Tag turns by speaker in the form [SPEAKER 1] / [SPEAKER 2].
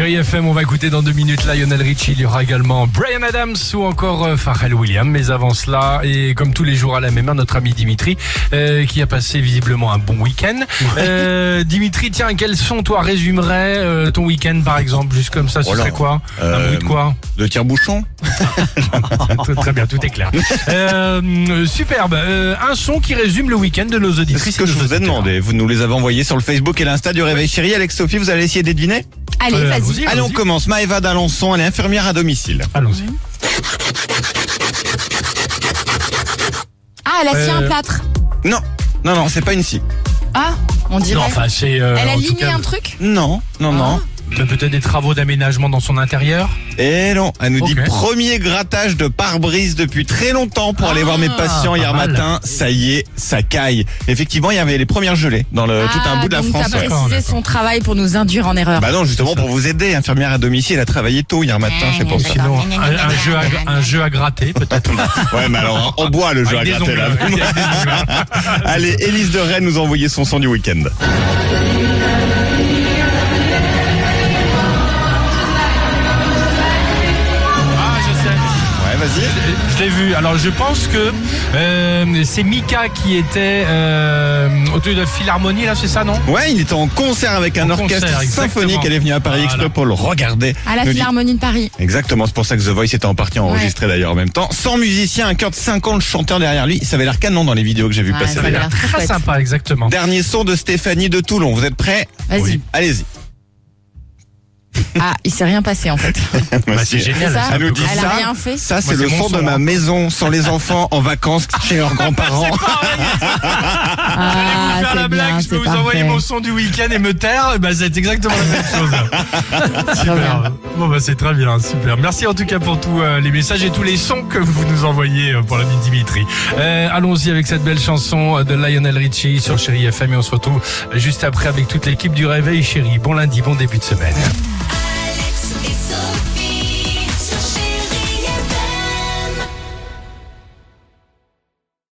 [SPEAKER 1] FM. On va écouter dans deux minutes Lionel Richie. Il y aura également Brian Adams ou encore euh, Pharrell Williams. Mais avant cela, et comme tous les jours à la même heure, notre ami Dimitri, euh, qui a passé visiblement un bon week-end. Euh, Dimitri, tiens, quel son toi résumerait euh, ton week-end par exemple Juste comme ça, ce
[SPEAKER 2] Oh là.
[SPEAKER 1] serait quoi Un
[SPEAKER 2] Euh,
[SPEAKER 1] bruit de quoi
[SPEAKER 2] Le tire-bouchon
[SPEAKER 1] Très- Très bien, tout est clair. Euh, superbe. Euh, un son qui résume le week-end de nos auditeurs.
[SPEAKER 2] C'est ce que je vous ai demandé. Vous nous les avez envoyés sur le Facebook et l'Insta du Réveil Chéri. Alex Sophie, vous allez essayer de deviner
[SPEAKER 3] Allez,
[SPEAKER 1] Euh,
[SPEAKER 3] vas-y.
[SPEAKER 1] vous y-
[SPEAKER 2] Allez, on commence. Maëva d'Alençon, elle est infirmière à domicile.
[SPEAKER 1] Allons-y.
[SPEAKER 3] Ah, elle a scié
[SPEAKER 1] Euh,
[SPEAKER 3] un plâtre.
[SPEAKER 2] Non, non, non, c'est pas une scie.
[SPEAKER 3] Ah, on dirait.
[SPEAKER 1] Non, enfin, c'est. euh,
[SPEAKER 3] elle a
[SPEAKER 1] en tout
[SPEAKER 3] ligné
[SPEAKER 1] cas,
[SPEAKER 3] un truc
[SPEAKER 2] Non, non, non.
[SPEAKER 3] Ah.
[SPEAKER 1] Peut-être des travaux d'aménagement dans son intérieur.
[SPEAKER 2] Et non, elle nous dit
[SPEAKER 1] Ok.
[SPEAKER 2] premier grattage de pare-brise depuis très longtemps pour aller
[SPEAKER 3] Ah.
[SPEAKER 2] voir mes patients
[SPEAKER 1] pas
[SPEAKER 2] hier
[SPEAKER 1] mal.
[SPEAKER 2] matin. Ça y est, ça caille. Effectivement, il y avait les premières gelées dans le, Euh, tout un
[SPEAKER 3] Ah,
[SPEAKER 2] bout de la
[SPEAKER 3] donc
[SPEAKER 2] France.
[SPEAKER 3] T'as
[SPEAKER 2] ouais.
[SPEAKER 1] D'accord,
[SPEAKER 3] précisé
[SPEAKER 1] d'accord.
[SPEAKER 3] son travail pour nous induire en erreur.
[SPEAKER 2] Bah non, justement pour vous aider, infirmière à domicile, elle a travaillé tôt hier matin,
[SPEAKER 3] Eh,
[SPEAKER 2] je sais pas.
[SPEAKER 1] Ou
[SPEAKER 2] ça.
[SPEAKER 1] sinon, un, un jeu à, un jeu à gratter, peut-être.
[SPEAKER 2] Ouais, mais alors en bois le jeu
[SPEAKER 1] Avec
[SPEAKER 2] à
[SPEAKER 1] des
[SPEAKER 2] gratter
[SPEAKER 1] ongles,
[SPEAKER 2] là.
[SPEAKER 1] avec des ongles. hein.
[SPEAKER 2] Allez, Élise de Rennes nous a envoyé son son du week-end.
[SPEAKER 1] Ah, je sais.
[SPEAKER 2] Ouais, vas-y.
[SPEAKER 1] Je- Je l'ai vu. Alors, je pense que euh, c'est Mika qui était euh, au de la Philharmonie, là, c'est ça, non
[SPEAKER 2] Ouais, il était en concert avec un
[SPEAKER 1] En
[SPEAKER 2] orchestre
[SPEAKER 1] concert, exactement.
[SPEAKER 2] symphonique. Elle est venue à Paris
[SPEAKER 1] Voilà.
[SPEAKER 2] exprès pour le regarder.
[SPEAKER 3] À la
[SPEAKER 2] Bah, Nous dit-
[SPEAKER 3] Philharmonie de Paris.
[SPEAKER 2] Exactement, c'est pour ça que The Voice était en partie enregistré d'ailleurs en même temps. Sans musicien, un cœur de 50 chanteurs derrière lui. Ça avait l'air canon dans les vidéos que j'ai vu
[SPEAKER 3] Ouais,
[SPEAKER 2] passer
[SPEAKER 3] Ah, ça avait
[SPEAKER 2] d'ailleurs.
[SPEAKER 3] l'air
[SPEAKER 1] Très
[SPEAKER 3] chouette.
[SPEAKER 1] sympa, exactement.
[SPEAKER 2] Dernier son de Stéphanie de Toulon. Vous êtes prêts
[SPEAKER 3] Vas-y.
[SPEAKER 2] Allez-y.
[SPEAKER 3] Ah, il s'est rien passé en fait.
[SPEAKER 1] Bah, c'est génial.
[SPEAKER 3] ça
[SPEAKER 1] c'est un
[SPEAKER 2] Elle
[SPEAKER 1] peu
[SPEAKER 2] nous dit
[SPEAKER 1] comme-
[SPEAKER 3] Elle a
[SPEAKER 2] ça.
[SPEAKER 3] rien fait.
[SPEAKER 2] Ça,
[SPEAKER 1] Moi,
[SPEAKER 2] c'est le
[SPEAKER 1] c'est mon
[SPEAKER 2] son de
[SPEAKER 1] son,
[SPEAKER 2] ma
[SPEAKER 1] hein.
[SPEAKER 2] maison, sans les enfants, en vacances, chez leurs grands-parents.
[SPEAKER 3] Ah,
[SPEAKER 1] Faire la
[SPEAKER 3] c'est
[SPEAKER 1] blague,
[SPEAKER 3] bien,
[SPEAKER 1] je peux
[SPEAKER 3] c'est
[SPEAKER 1] vous envoyer
[SPEAKER 3] parfait.
[SPEAKER 1] mon son du week-end et me taire, et bah, c'est exactement la même chose.
[SPEAKER 3] Trop bien.
[SPEAKER 1] super. Bon, bah, c'est très bien, super. Merci en tout cas pour tous euh, les messages et tous les sons que vous nous envoyez euh, pour l'ami Dimitri. Euh, Allons-y avec cette belle chanson euh, de Lionel Richie sur Chéri FM et on se retrouve juste après avec toute l'équipe du Réveil Chéri. Bon lundi, bon début de semaine.
[SPEAKER 4] Alex et Sophie.